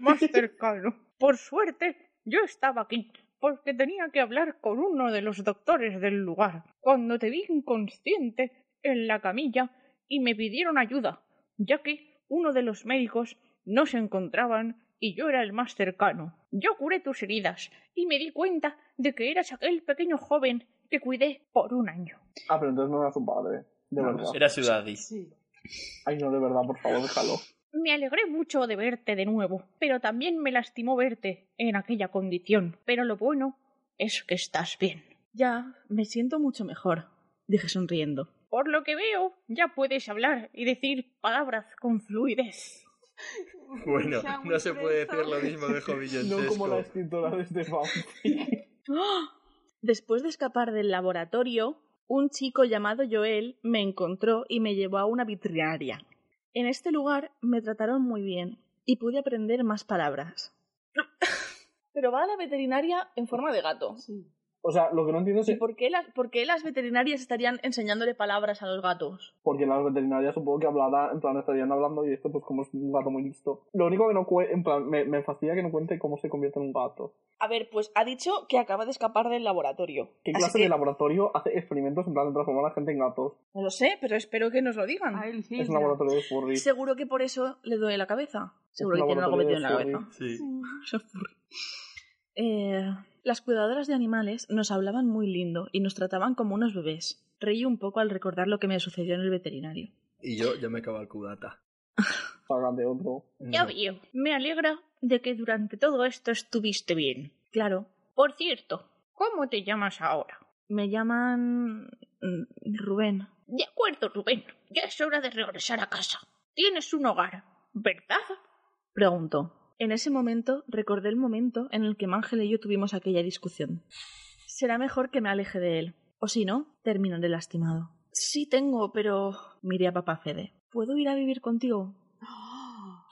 Speaker 5: más cercano. Por suerte, yo estaba aquí, porque tenía que hablar con uno de los doctores del lugar. Cuando te vi inconsciente en la camilla y me pidieron ayuda, ya que uno de los médicos no se encontraban y yo era el más cercano. Yo curé tus heridas y me di cuenta de que eras aquel pequeño joven que cuidé por un año.
Speaker 2: Ah, pero entonces no era su padre. De
Speaker 4: No,
Speaker 2: verdad.
Speaker 4: Era Ciudadis.
Speaker 3: Sí.
Speaker 2: Ay, no, de verdad, por favor, déjalo.
Speaker 5: Me alegré mucho de verte de nuevo, pero también me lastimó verte en aquella condición. Pero lo bueno es que estás bien.
Speaker 1: Ya, me siento mucho mejor, dije sonriendo.
Speaker 5: Por lo que veo, ya puedes hablar y decir palabras con fluidez.
Speaker 4: Bueno,
Speaker 3: Ya, muy
Speaker 4: no se puede
Speaker 3: preso.
Speaker 4: decir lo mismo de Jovillentesco.
Speaker 2: No como la escritora de este fanfic.
Speaker 1: ¡Ah! Después de escapar del laboratorio, un chico llamado Joel me encontró y me llevó a una vitrinaria. En este lugar me trataron muy bien y pude aprender más palabras. *laughs* Pero va a la veterinaria en forma de gato.
Speaker 3: Sí.
Speaker 2: O sea, lo que no entiendo
Speaker 1: ¿Y
Speaker 2: es
Speaker 1: por qué, las, por qué las veterinarias estarían enseñándole palabras a los gatos?
Speaker 2: porque las veterinarias supongo que hablará, en plan estarían hablando y esto pues como es un gato muy listo. Lo único que no cue- en plan, me, me fastidia que no cuente cómo se convierte en un gato.
Speaker 1: A ver, pues ha dicho que acaba de escapar del laboratorio.
Speaker 2: ¿Qué
Speaker 1: Así
Speaker 2: clase
Speaker 1: que-
Speaker 2: de laboratorio hace experimentos en plan de transformar a la gente en gatos?
Speaker 1: No lo sé, pero espero que nos lo digan.
Speaker 3: A él sí.
Speaker 2: Es un laboratorio de furry.
Speaker 1: Seguro que por eso le duele la cabeza. Seguro
Speaker 2: un
Speaker 1: que tiene algo metido
Speaker 2: laboratorio
Speaker 1: en
Speaker 2: de
Speaker 1: la
Speaker 2: furry.
Speaker 1: cabeza.
Speaker 4: Sí.
Speaker 1: Se furri. Eh, las cuidadoras de animales nos hablaban muy lindo y nos trataban como unos bebés. Reí un poco al recordar lo que me sucedió en el veterinario.
Speaker 4: Y yo ya me acabo el cubata.
Speaker 2: Salgan de otro.
Speaker 5: Ya
Speaker 4: No.
Speaker 5: veo. Me alegra de que durante todo esto estuviste bien.
Speaker 1: Claro,
Speaker 5: Por cierto, ¿cómo te llamas ahora?
Speaker 1: me llaman mm, Rubén.
Speaker 5: De acuerdo, Rubén. Ya es hora de regresar a casa. Tienes un hogar, ¿verdad? *laughs*
Speaker 1: Preguntó. En ese momento recordé el momento en el que Mangel y yo tuvimos aquella discusión. Será mejor que me aleje de él, o si no, terminaré lastimado. Sí tengo, pero... Miré a papá Fede. ¿Puedo ir a vivir contigo?
Speaker 3: ¡Ah!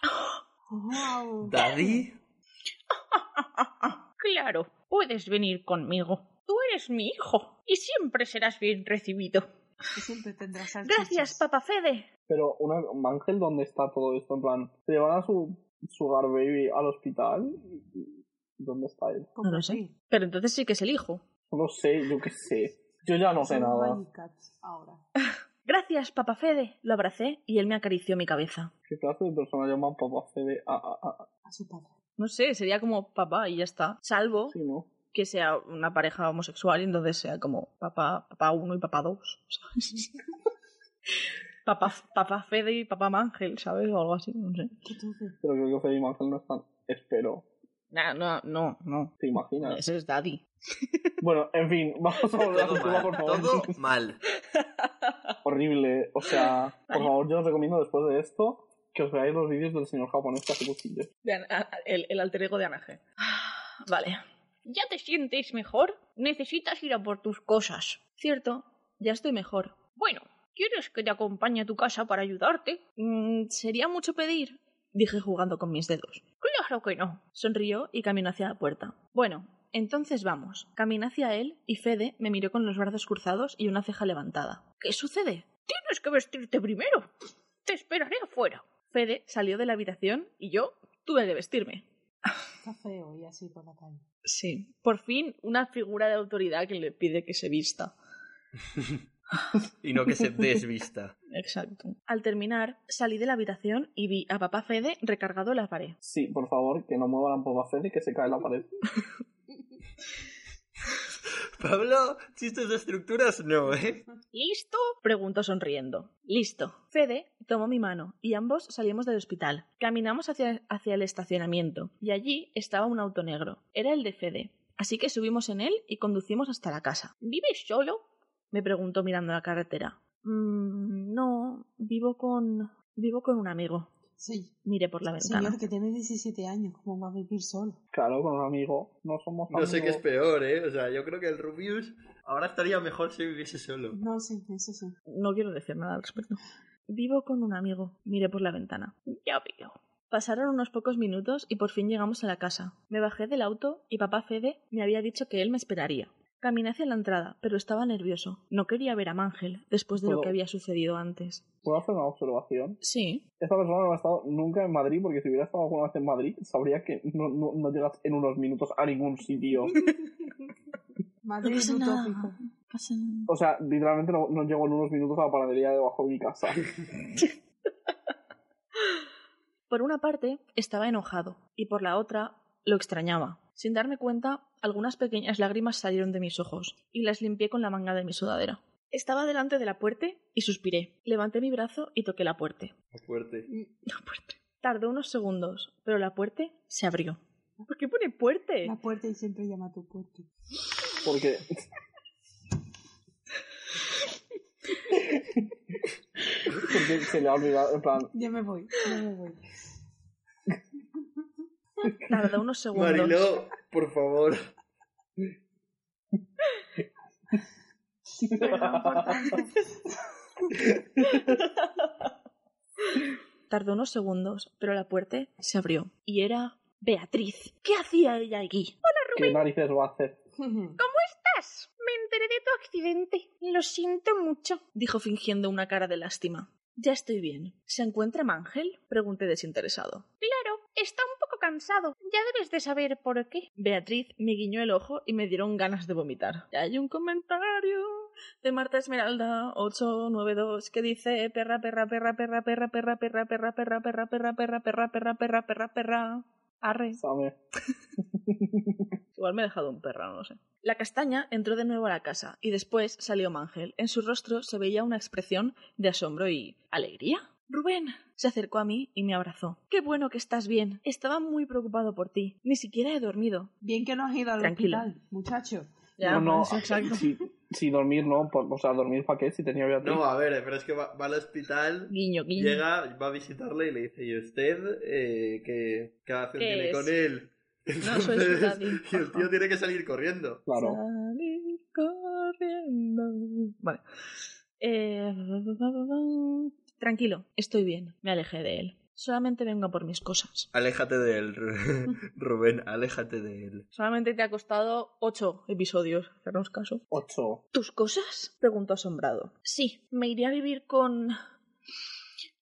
Speaker 3: Wow.
Speaker 4: Daddy,
Speaker 5: Claro, puedes venir conmigo. Tú eres mi hijo y siempre serás bien recibido.
Speaker 3: Que siempre tendrás
Speaker 5: Gracias,
Speaker 3: salchichas.
Speaker 5: papá Fede.
Speaker 2: Pero una Ángel, ¿dónde está todo esto? En plan, se llevan a su sugar baby al hospital. ¿Y- y ¿Dónde está él?
Speaker 3: Como
Speaker 1: No lo sé.
Speaker 3: sí.
Speaker 1: Pero entonces sí que es el hijo.
Speaker 2: No sé, yo qué sé. Yo ya no sé
Speaker 3: Son
Speaker 2: nada.
Speaker 3: Magicats ahora.
Speaker 1: Gracias, papá Fede. Lo abracé y él me acarició mi cabeza.
Speaker 2: ¿Qué clase de persona llama papá Fede a, a, a-
Speaker 3: A su padre.
Speaker 1: No sé, sería como papá y ya está. Salvo
Speaker 2: Sí, ¿no?
Speaker 1: que sea una pareja homosexual y entonces sea como papá, papá uno y papá dos, *laughs* ¿sabes? papá, papá Fede y papá Mangel, ¿sabes? O algo así, no sé.
Speaker 3: ¿Qué entonces?
Speaker 2: Pero creo que Fede y Marcel no están. Espero.
Speaker 1: Nah, no, no, no.
Speaker 2: ¿Te
Speaker 4: *laughs*
Speaker 2: imaginas?
Speaker 1: Ese es Daddy.
Speaker 2: Bueno, en fin, vamos a volver a
Speaker 4: Todo
Speaker 2: tu tema,
Speaker 4: mal,
Speaker 2: por favor. *laughs*
Speaker 4: todo mal.
Speaker 2: Horrible. O sea, por favor, yo os recomiendo después de esto que os veáis los vídeos del señor japonés que hace cuchillos.
Speaker 1: De Ana- a- a- el, el alter ego de Anaje. Vale.
Speaker 5: ¿Ya te sientes mejor? Necesitas ir a por tus cosas.
Speaker 1: Cierto, ya estoy mejor.
Speaker 5: Bueno, ¿quieres que te acompañe a tu casa para ayudarte?
Speaker 1: Mm, ¿Sería mucho pedir? Dije jugando con mis dedos.
Speaker 5: Claro que no.
Speaker 1: Sonrió y caminó hacia la puerta. Bueno, entonces vamos. Caminé hacia él y Fede me miró con los brazos cruzados y una ceja levantada. ¿Qué sucede?
Speaker 5: Tienes que vestirte primero. Te esperaré afuera.
Speaker 1: Fede salió de la habitación y yo tuve que vestirme.
Speaker 3: Está feo y así por la calle.
Speaker 1: Sí, por fin una figura de autoridad que le pide que se vista.
Speaker 4: Y no que se desvista.
Speaker 1: Exacto. Al terminar, salí de la habitación y vi a papá Fede recargado en la pared.
Speaker 2: Sí, por favor, que no muevan a Fede que se cae la pared.
Speaker 4: Pablo, chistes de estructuras no, ¿eh?
Speaker 1: ¿Listo? preguntó sonriendo. Listo. Fede tomó mi mano y ambos salimos del hospital. Caminamos hacia, hacia el estacionamiento y allí estaba un auto negro. Era el de Fede. Así que subimos en él y conducimos hasta la casa.
Speaker 5: ¿Vives solo?
Speaker 1: Me preguntó mirando la carretera. "Mm, no, vivo con. vivo con un amigo.
Speaker 3: Sí,
Speaker 1: Miré por la ventana.
Speaker 3: señor que tiene 17 años, ¿cómo va a vivir solo?
Speaker 2: Claro, con un amigo. No somos
Speaker 4: No sé qué es
Speaker 2: amigos.
Speaker 4: peor, ¿eh? O sea, yo creo que el Rubius ahora estaría mejor si viviese solo.
Speaker 3: No, sí, eso sí.
Speaker 1: No quiero decir nada al respecto. Vivo con un amigo. Miré por la ventana.
Speaker 5: Ya veo.
Speaker 1: Pasaron unos pocos minutos y por fin llegamos a la casa. Me bajé del auto y papá Fede me había dicho que él me esperaría. Caminé hacia la entrada, pero estaba nervioso. No quería ver a Mangel después de lo
Speaker 2: Pero-
Speaker 1: que había sucedido antes.
Speaker 2: ¿Puedo hacer una observación?
Speaker 1: Sí.
Speaker 2: Esta persona no ha estado nunca en Madrid, porque si hubiera estado alguna vez en Madrid, sabría que no, no, no llegas en unos minutos a ningún
Speaker 4: *laughs*
Speaker 2: sitio.
Speaker 1: No
Speaker 3: Madrid
Speaker 1: pasa nada.
Speaker 3: utópico.
Speaker 1: no pasa nada.
Speaker 2: O sea, literalmente no, no llego en unos minutos a la panadería debajo de mi
Speaker 4: *laughs*
Speaker 2: casa.
Speaker 1: Por una parte, estaba enojado y por la otra, lo extrañaba. Sin darme cuenta, algunas pequeñas lágrimas salieron de mis ojos y las limpié con la manga de mi sudadera. Estaba delante de la puerta y suspiré. Levanté mi brazo y toqué la puerta.
Speaker 4: Fuerte.
Speaker 1: La puerta. Tardó unos segundos, pero la puerta se abrió. ¿Por qué pone puerta?
Speaker 3: La puerta y siempre llama a tu puerta.
Speaker 2: Porque. Porque se le ha olvidado, en plan,
Speaker 3: Ya me voy, ya
Speaker 2: *laughs*
Speaker 3: me voy.
Speaker 1: Tardó unos segundos.
Speaker 4: Mariló, por favor.
Speaker 3: Pero no por tanto.
Speaker 1: Tardó unos segundos, pero la puerta se abrió. Y era Beatriz. ¿Qué hacía ella aquí?
Speaker 2: ¿qué narices va a hacer?
Speaker 5: ¿Estás? Me enteré de tu accidente. Lo siento mucho.
Speaker 1: Dijo fingiendo una cara de lástima. Ya estoy bien. ¿Se encuentra Mangel? Pregunté desinteresado.
Speaker 5: Claro, está un poco cansado. Ya debes de saber por qué.
Speaker 1: Beatriz me guiñó el ojo y me dieron ganas de vomitar. Ya Hay un comentario de Marta Esmeralda 892 que dice perra perra perra perra perra perra perra perra perra perra perra perra perra perra perra perra perra arre.
Speaker 2: ¿Sabe?
Speaker 1: Igual me he dejado un perro, no lo sé. La castaña entró de nuevo a la casa y después salió Mangel. En su rostro se veía una expresión de asombro y alegría. Rubén se acercó a mí y me abrazó. Qué bueno que estás bien. Estaba muy preocupado por ti. Ni siquiera he dormido.
Speaker 3: Bien que no has ido al
Speaker 1: Tranquilo.
Speaker 3: hospital, muchacho.
Speaker 2: no, no,
Speaker 1: pues, exacto.
Speaker 2: Si, si dormir no, por- o sea, dormir para qué si tenía Beatriz.
Speaker 4: No, a ver, pero es que va, va al hospital,
Speaker 1: Guiño, guiño.
Speaker 4: llega, va a visitarle y le dice, ¿y usted eh, qué, qué relación
Speaker 1: ¿Qué
Speaker 4: tiene
Speaker 1: es?
Speaker 4: con él?
Speaker 1: No soy
Speaker 4: Entonces,
Speaker 1: Daddy,
Speaker 4: *laughs* Y el
Speaker 1: ajá.
Speaker 4: tío tiene que salir corriendo.
Speaker 2: Claro.
Speaker 1: Salir corriendo. Vale. Eh, Tranquilo, estoy bien. Me alejé de él. Solamente vengo a por mis cosas.
Speaker 4: Aléjate de él,
Speaker 1: *laughs*
Speaker 4: Ru- Rubén, aléjate de él.
Speaker 1: Solamente te ha costado ocho episodios hacernos caso.
Speaker 2: Ocho.
Speaker 1: ¿Tus cosas? Preguntó asombrado. Sí, me iré a vivir con.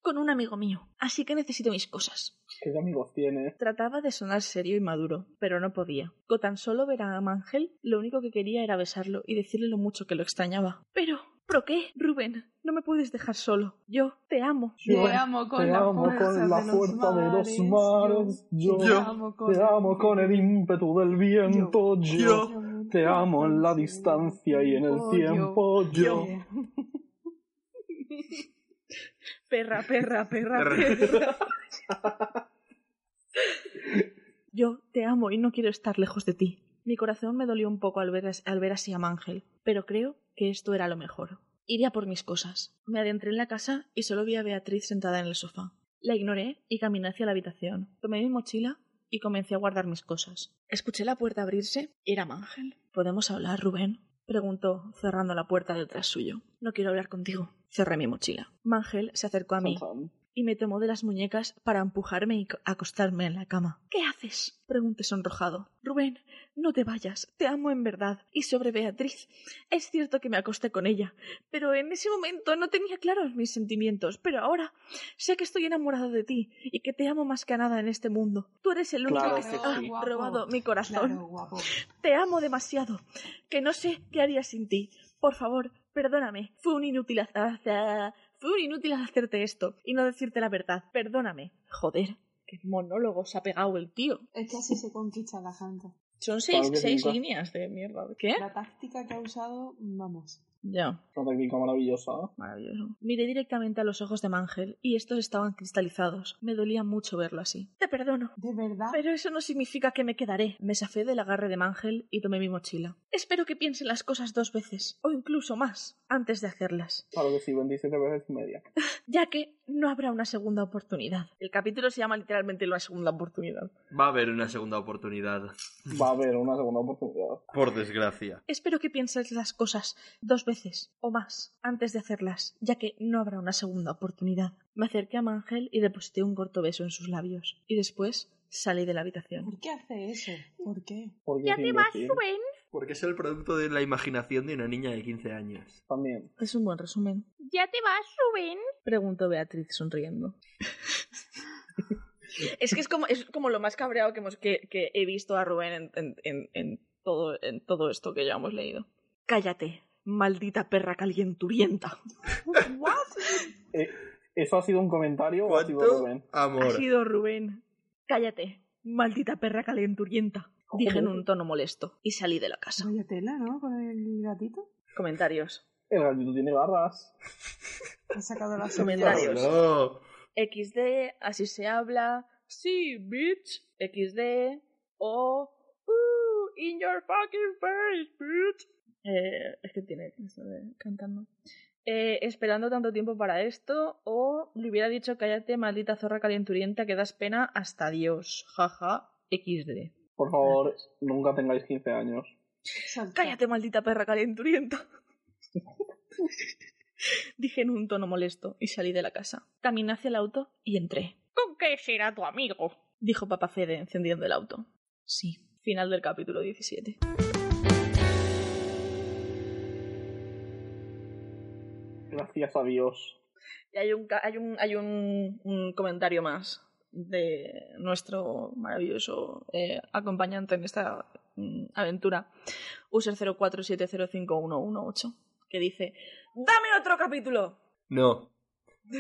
Speaker 1: con un amigo mío. Así que necesito mis cosas.
Speaker 2: ¿Qué amigos tiene?
Speaker 1: Trataba de sonar serio y maduro, pero no podía. Con tan solo ver a Mangel, lo único que quería era besarlo y decirle lo mucho que lo extrañaba. Pero, ¿pero qué? Rubén, no me puedes dejar solo. Yo te amo.
Speaker 3: Te
Speaker 2: Yo
Speaker 3: amo con
Speaker 2: te
Speaker 3: la
Speaker 2: amo
Speaker 3: fuerza,
Speaker 2: con la fuerza de los mares. Yo
Speaker 3: Yo te amo con,
Speaker 2: te amo con el ímpetu del viento. Yo,
Speaker 4: Yo
Speaker 2: Te amo en la distancia y en el
Speaker 3: Oh,
Speaker 2: tiempo yo.
Speaker 1: *laughs* Perra, perra, perra, perra. Yo te amo y no quiero estar lejos de ti. Mi corazón me dolió un poco al ver, as- al ver así a Mangel, pero creo que esto era lo mejor. Iría por mis cosas. Me adentré en la casa y solo vi a Beatriz sentada en el sofá. La ignoré y caminé hacia la habitación. Tomé mi mochila y comencé a guardar mis cosas. Escuché la puerta abrirse y era Mangel. ¿Podemos hablar, Rubén? preguntó, cerrando la puerta detrás suyo. No quiero hablar contigo. Cerré mi mochila. Mangel se acercó a mí
Speaker 2: Chan, chan.
Speaker 1: y me tomó de las muñecas para empujarme y co- acostarme en la cama. ¿Qué haces? pregunté sonrojado. Rubén, no te vayas, te amo en verdad. Y sobre Beatriz, es cierto que me acosté con ella, pero en ese momento no tenía claros mis sentimientos, pero ahora sé que estoy enamorado de ti y que te amo más que a nada en este mundo. Tú eres el único
Speaker 2: Claro
Speaker 1: que
Speaker 2: que
Speaker 1: se
Speaker 2: sí.
Speaker 1: ha robado mi corazón.
Speaker 3: Claro, guapo.
Speaker 1: Te amo demasiado, que no sé qué haría sin ti. Por favor, perdóname. Fue un inútil hacer... Fue un inútil hacerte esto y no decirte la verdad. Perdóname. Joder, qué monólogo se ha pegado el tío.
Speaker 3: Es que así se conquista la gente.
Speaker 1: Son
Speaker 2: seis-
Speaker 1: seis,
Speaker 2: Claro que seis nunca.
Speaker 1: líneas de mierda. ¿Qué?
Speaker 3: La táctica que ha usado, vamos.
Speaker 1: Ya.
Speaker 2: Una técnica maravillosa.
Speaker 1: Maravilloso. Miré directamente a los ojos de Mangel y estos estaban cristalizados. Me dolía mucho verlo así. Te perdono.
Speaker 3: De verdad,
Speaker 1: Pero eso no significa que me quedaré. Me zafé del agarre de Mangel y tomé mi mochila. Espero que piense las cosas dos veces, o incluso más, antes de hacerlas.
Speaker 2: Claro que sí, 27 veces y media.
Speaker 1: ya que no habrá una segunda oportunidad. El capítulo se llama literalmente la segunda oportunidad.
Speaker 4: Va a haber una segunda oportunidad.
Speaker 2: Va a haber una segunda oportunidad.
Speaker 4: Por desgracia.
Speaker 1: Espero que pienses las cosas dos veces o más antes de hacerlas, ya que no habrá una segunda oportunidad. Me acerqué a Mangel y deposité un corto beso en sus labios, y después salí de la habitación.
Speaker 3: ¿por qué hace eso? ¿Por qué?
Speaker 2: Porque es imbécil.
Speaker 4: Porque es el producto de la imaginación de una niña de 15 años.
Speaker 2: También.
Speaker 1: Es un buen resumen.
Speaker 5: ¿Ya te vas, Rubén?
Speaker 1: Preguntó Beatriz sonriendo. *laughs* es que es como, es como lo más cabreado que, hemos, que, que he visto a Rubén en, en- en- en todo, en todo esto que ya hemos leído. Cállate, maldita perra calienturienta.
Speaker 2: Eh, ¿Eso ha sido un comentario o ha sido
Speaker 4: ¿Cuánto
Speaker 2: Rubén?
Speaker 1: Ha
Speaker 4: amor?
Speaker 1: sido Rubén. Cállate, maldita perra calenturienta. Dije en un tono molesto y salí de la casa.
Speaker 3: Vaya tela, ¿no? Con el gatito.
Speaker 1: Comentarios.
Speaker 2: El gallito tiene garras.
Speaker 3: Ha sacado la
Speaker 1: Comentarios.
Speaker 4: No.
Speaker 1: XD, así se habla. Sí, bitch. XD. O. "Ooh, in your fucking face, bitch. Eh, es que tiene eso de cantando. Eh, esperando tanto tiempo para esto. O le hubiera dicho cállate, maldita zorra calenturienta, que das pena hasta Dios. Jaja. XD.
Speaker 2: Por favor, nunca tengáis 15 años.
Speaker 3: Salta.
Speaker 1: Cállate, maldita perra calenturienta. *laughs* Dije en un tono molesto y salí de la casa. Caminé hacia el auto y entré.
Speaker 5: ¿Con qué será tu amigo?
Speaker 1: dijo papá Fede encendiendo el auto. Sí. Final del capítulo 17.
Speaker 2: Gracias a Dios.
Speaker 1: Y hay un, ca- hay un, hay un, un comentario más de nuestro maravilloso eh, acompañante en esta mm, aventura, user 04705118, que dice, ¡Dame otro capítulo!
Speaker 4: No.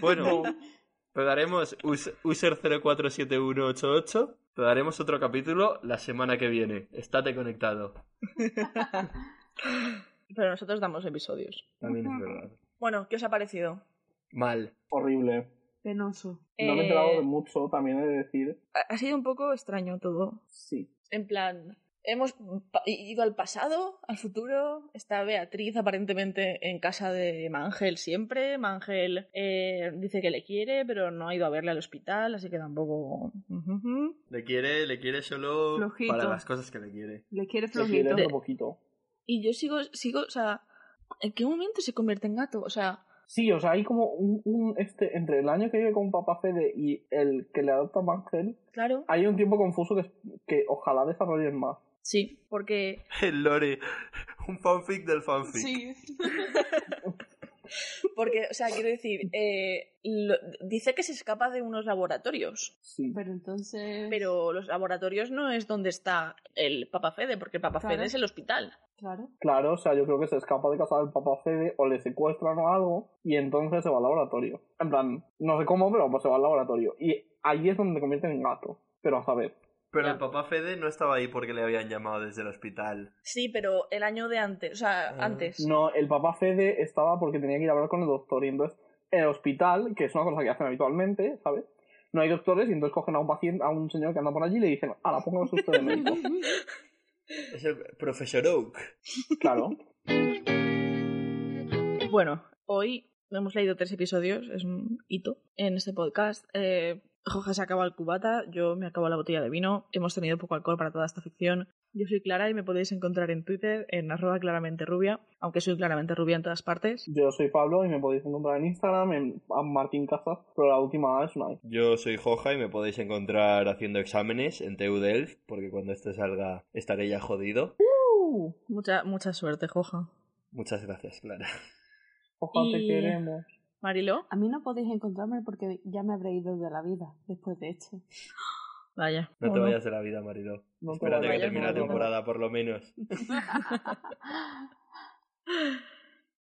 Speaker 4: Bueno,
Speaker 1: *laughs*
Speaker 4: te daremos us- user 047188. Te daremos otro capítulo la semana que viene. Estate conectado.
Speaker 1: Pero nosotros damos episodios.
Speaker 4: También es verdad.
Speaker 1: Bueno, ¿qué os ha parecido?
Speaker 4: Mal.
Speaker 2: Horrible.
Speaker 3: Penoso.
Speaker 2: No me he
Speaker 1: Eh,
Speaker 2: enterado de mucho, también he de decir.
Speaker 1: ha- ha sido un poco extraño todo.
Speaker 2: Sí.
Speaker 1: En plan, hemos pa- ido al pasado, al futuro. Está Beatriz aparentemente en casa de Mangel siempre. Mangel eh, dice que le quiere, pero no ha ido a verle al hospital, así que tampoco. Ujujú.
Speaker 4: Le quiere, le quiere solo
Speaker 3: Flojito.
Speaker 4: para las cosas que le quiere. *laughs*
Speaker 3: Le quiere
Speaker 2: Lo quiero
Speaker 3: flojito.
Speaker 2: otro poquito.
Speaker 1: Y yo sigo, sigo, o sea, ¿en qué momento se convierte en gato? O sea,
Speaker 2: Sí, o sea, hay como un, un este entre el año que vive con papá Fede y el que le adopta Mangel,
Speaker 1: claro,
Speaker 2: hay un tiempo confuso que, que ojalá desarrollen más.
Speaker 1: sí, porque
Speaker 4: El Lore. Un fanfic del fanfic.
Speaker 3: Sí.
Speaker 1: porque, o sea, quiero decir, eh, lo- dice que se escapa de unos laboratorios.
Speaker 2: Sí.
Speaker 3: Pero entonces.
Speaker 1: Pero los laboratorios no es donde está el Papa Fede, porque el Papa
Speaker 3: Claro.
Speaker 1: Fede es el hospital.
Speaker 3: Claro.
Speaker 2: Claro, o sea, yo creo que se escapa de casa del papá Fede o le secuestran o algo y entonces se va al laboratorio. En plan, no sé cómo, pero pues se va al laboratorio. Y ahí es donde se convierte en gato. Pero a saber.
Speaker 4: Pero
Speaker 1: Ya.
Speaker 4: el papá Fede no estaba ahí porque le habían llamado desde el hospital.
Speaker 1: Sí, pero el año de antes, o sea,
Speaker 4: Ah.
Speaker 1: antes.
Speaker 2: No, el papá Fede estaba porque tenía que ir a hablar con el doctor. Y entonces, en el hospital, que es una cosa que hacen habitualmente, ¿sabes? No hay doctores y entonces cogen a un paciente, a un señor que anda por allí y le dicen, ahora pónganos usted de médico.
Speaker 3: *laughs*
Speaker 4: Es el profesor Oak.
Speaker 2: claro.
Speaker 1: Bueno, hoy hemos leído tres episodios, es un hito en este podcast. Eh, Jorge se acaba el cubata, yo me acabo la botella de vino, hemos tenido poco alcohol para toda esta ficción. Yo soy Clara y me podéis encontrar en Twitter en arroba claramente rubia, aunque soy claramente rubia en todas partes.
Speaker 2: Yo soy Pablo y me podéis encontrar en Instagram, en a Martín Casas, pero la última A es una I.
Speaker 4: Yo soy Joja y me podéis encontrar haciendo exámenes en TU Delft, porque cuando esto salga estaré ya jodido.
Speaker 1: Mucha, mucha suerte, Joja.
Speaker 4: Muchas gracias, Clara.
Speaker 2: Ojalá te
Speaker 1: Y-
Speaker 2: queremos.
Speaker 1: Marilo,
Speaker 3: A mí no podéis encontrarme porque ya me habré ido de la vida después
Speaker 1: *laughs*
Speaker 3: de esto.
Speaker 1: vaya.
Speaker 4: No te
Speaker 1: Bueno,
Speaker 4: vayas de la vida, Marilo.
Speaker 2: No te
Speaker 4: Espérate que
Speaker 1: vayas,
Speaker 4: termine la
Speaker 1: Marilo.
Speaker 4: temporada, por lo menos.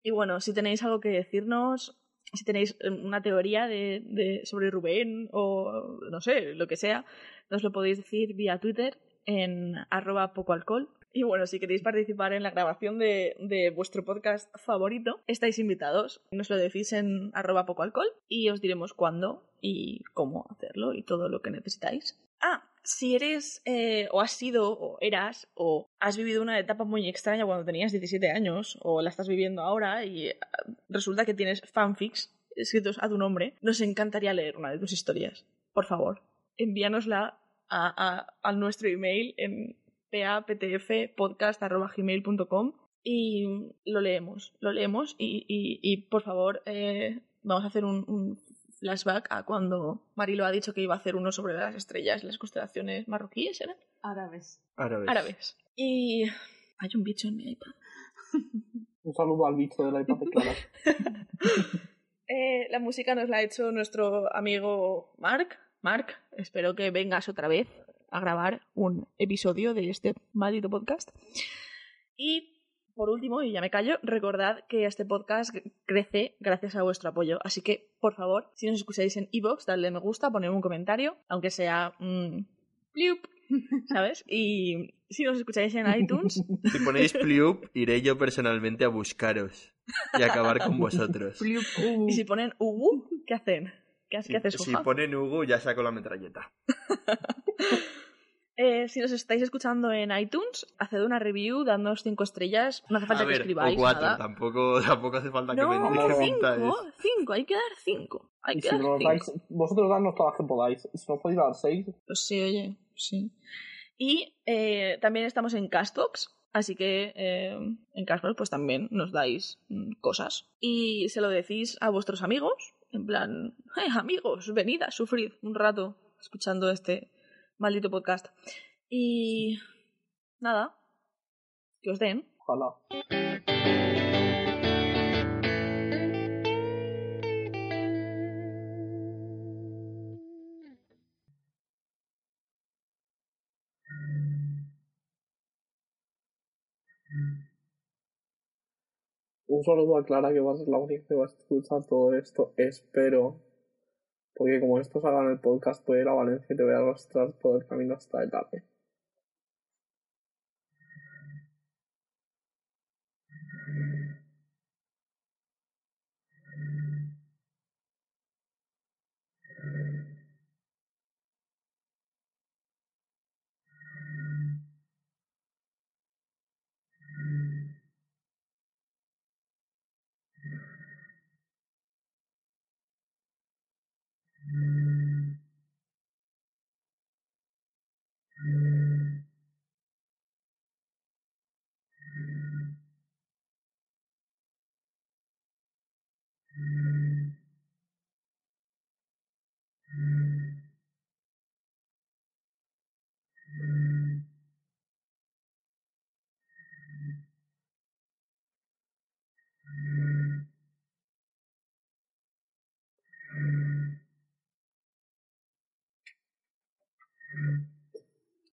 Speaker 1: Y bueno, si tenéis algo que decirnos, si tenéis eh, una teoría de, de- sobre Rubén o no sé, lo que sea, nos lo podéis decir vía Twitter en arroba poco alcohol. Y bueno, si queréis participar en la grabación de, de vuestro podcast favorito, estáis invitados. Nos lo decís en arroba poco alcohol y os diremos cuándo y cómo hacerlo y todo lo que necesitáis. Ah, si eres eh, o has sido o eras o has vivido una etapa muy extraña cuando tenías 17 años o la estás viviendo ahora y eh, resulta que tienes fanfics escritos a tu nombre, nos encantaría leer una de tus historias. Por favor, envíanosla a, a- a nuestro email en paptfpodcast.gmail.com y lo leemos, lo leemos y, y- y, por favor eh, vamos a hacer un, un flashback a cuando Marilo ha dicho que iba a hacer uno sobre las estrellas, las constelaciones marroquíes, ¿eran?
Speaker 3: Ahora ves.
Speaker 4: Árabes.
Speaker 1: Árabes. Y hay un bicho en mi iPad.
Speaker 2: Un saludo al bicho de la iPad de Clara.
Speaker 1: Eh, la música nos la ha hecho nuestro amigo Mark. Mark, espero que vengas otra vez a grabar un episodio de este maldito podcast. Y por último, y ya me callo, recordad que este podcast cre- crece gracias a vuestro apoyo. Así que, por favor, si nos escucháis en iVoox, dadle me gusta, poned un comentario, aunque sea mm, pliup, *laughs* ¿sabes? Y si nos escucháis en
Speaker 4: *laughs*
Speaker 1: iTunes,
Speaker 4: Si
Speaker 1: *laughs*
Speaker 4: ponéis Pliup, iré yo personalmente a buscaros y acabar con vosotros.
Speaker 3: Pliup,
Speaker 1: y si
Speaker 3: uh.
Speaker 1: ponen ugu, ¿qué hacen? ¿Qué, ha-
Speaker 4: Si,
Speaker 1: qué haces,
Speaker 4: si
Speaker 1: Juanjo?
Speaker 4: ponen Hugo, ya saco la metralleta.
Speaker 1: Eh, si nos estáis escuchando en iTunes, haced una review, dándonos cinco estrellas. No hace falta
Speaker 4: a ver,
Speaker 1: que escribáis
Speaker 4: o cuatro,
Speaker 1: nada.
Speaker 4: tampoco, tampoco hace falta que me
Speaker 1: No,
Speaker 4: digáis qué pinta
Speaker 1: cinco,
Speaker 4: es.
Speaker 1: cinco, hay que dar cinco. Hay
Speaker 2: Y
Speaker 1: que
Speaker 2: si
Speaker 1: dar
Speaker 2: no os
Speaker 1: cinco.
Speaker 2: dais, vosotros dadnos todas las que podáis. Y si no podéis dar seis,
Speaker 1: Pues sí, oye, sí. Y eh, también estamos en Castbox, así que eh, en Castbox pues también nos dais mm, cosas. Y se lo decís a vuestros amigos, en plan, "Eh, amigos, venid a sufrir un rato escuchando este maldito podcast. Y nada, que os den.
Speaker 2: ojalá. Un saludo a Clara, que va a ser la única que va a escuchar todo esto. Espero. Porque como esto salga en el podcast, voy a ir a Valencia y te voy a arrastrar todo el camino hasta el AVE.